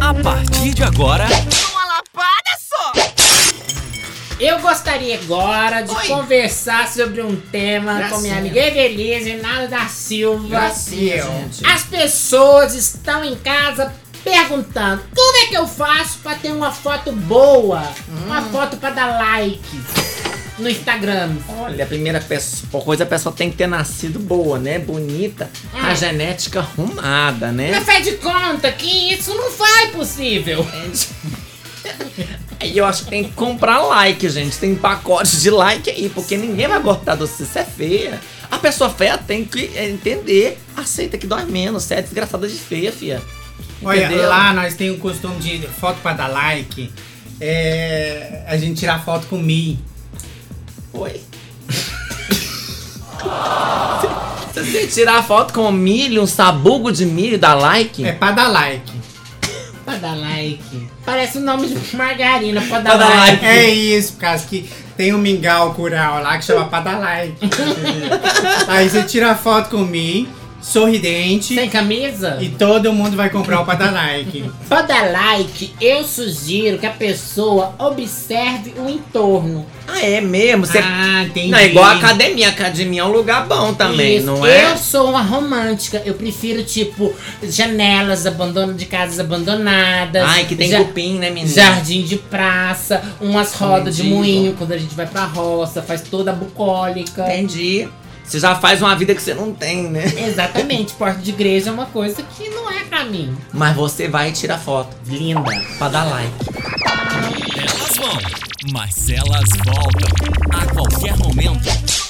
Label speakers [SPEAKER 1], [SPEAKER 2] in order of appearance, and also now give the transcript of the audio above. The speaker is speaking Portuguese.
[SPEAKER 1] A partir de agora,
[SPEAKER 2] Uma lapada só!
[SPEAKER 3] Eu gostaria agora de
[SPEAKER 2] Oi.
[SPEAKER 3] conversar sobre um tema com minha
[SPEAKER 2] Gracinha.
[SPEAKER 3] amiga Evelise Nada da Silva.
[SPEAKER 2] Gracinha, gente.
[SPEAKER 3] As pessoas estão em casa perguntando como é que eu faço pra ter uma foto boa,
[SPEAKER 2] Hum.
[SPEAKER 3] uma foto pra dar like no Instagram.
[SPEAKER 2] Olha, a primeira peço- coisa, a pessoa tem que ter nascido boa, né? Bonita,
[SPEAKER 1] Hum.
[SPEAKER 3] Ah.
[SPEAKER 2] a genética arrumada,
[SPEAKER 3] Mas
[SPEAKER 2] né?
[SPEAKER 3] faz de conta que isso não foi possível.
[SPEAKER 2] E eu acho que tem que comprar like, gente. Tem pacote de like aí, porque ninguém vai gostar de você se é feia. A pessoa feia tem que entender, aceita que dói menos, você é desgraçada de feia, fia.
[SPEAKER 4] Olha,
[SPEAKER 2] Entendeu?
[SPEAKER 4] lá Ah, nós temos o costume de foto pra dar like. É, a gente tirar foto com o Mi.
[SPEAKER 2] Oi. Se você tirar foto com milho, um sabugo de milho e dar like,
[SPEAKER 4] É pra dar like.
[SPEAKER 3] Pra dar like. Parece o nome de margarina, pra
[SPEAKER 2] Pra
[SPEAKER 3] dar
[SPEAKER 2] dar
[SPEAKER 3] like.
[SPEAKER 2] like.
[SPEAKER 4] É isso, por causa que tem um mingau cural lá que chama pra dar like. Aí você tira a foto com o Mi, sorridente,
[SPEAKER 3] Sem camisa?
[SPEAKER 4] e todo mundo vai comprar o pra dar like.
[SPEAKER 3] Pra dar like, eu sugiro que a pessoa observe o entorno.
[SPEAKER 2] ah, é mesmo? Você
[SPEAKER 4] Ah, entendi.
[SPEAKER 2] Não, é igual a academia. A academia é um lugar bom também,
[SPEAKER 3] Isso.
[SPEAKER 2] não é?
[SPEAKER 3] Eu sou uma romântica. Eu prefiro, tipo, janelas abandono de casas abandonadas.
[SPEAKER 2] Ai, que tem
[SPEAKER 3] ja-
[SPEAKER 2] cupim, né, menina?
[SPEAKER 3] Jardim de praça, umas rodas de
[SPEAKER 2] Entendi.
[SPEAKER 3] moinho quando a gente vai pra roça, faz toda a bucólica.
[SPEAKER 2] Entendi. Você já faz uma vida que você não tem, né?
[SPEAKER 3] Exatamente, porta de igreja é uma coisa que não é pra mim.
[SPEAKER 2] Mas você vai e tira foto
[SPEAKER 3] Linda.
[SPEAKER 2] pra dar like.
[SPEAKER 1] elas vão, mas elas voltam a qualquer momento.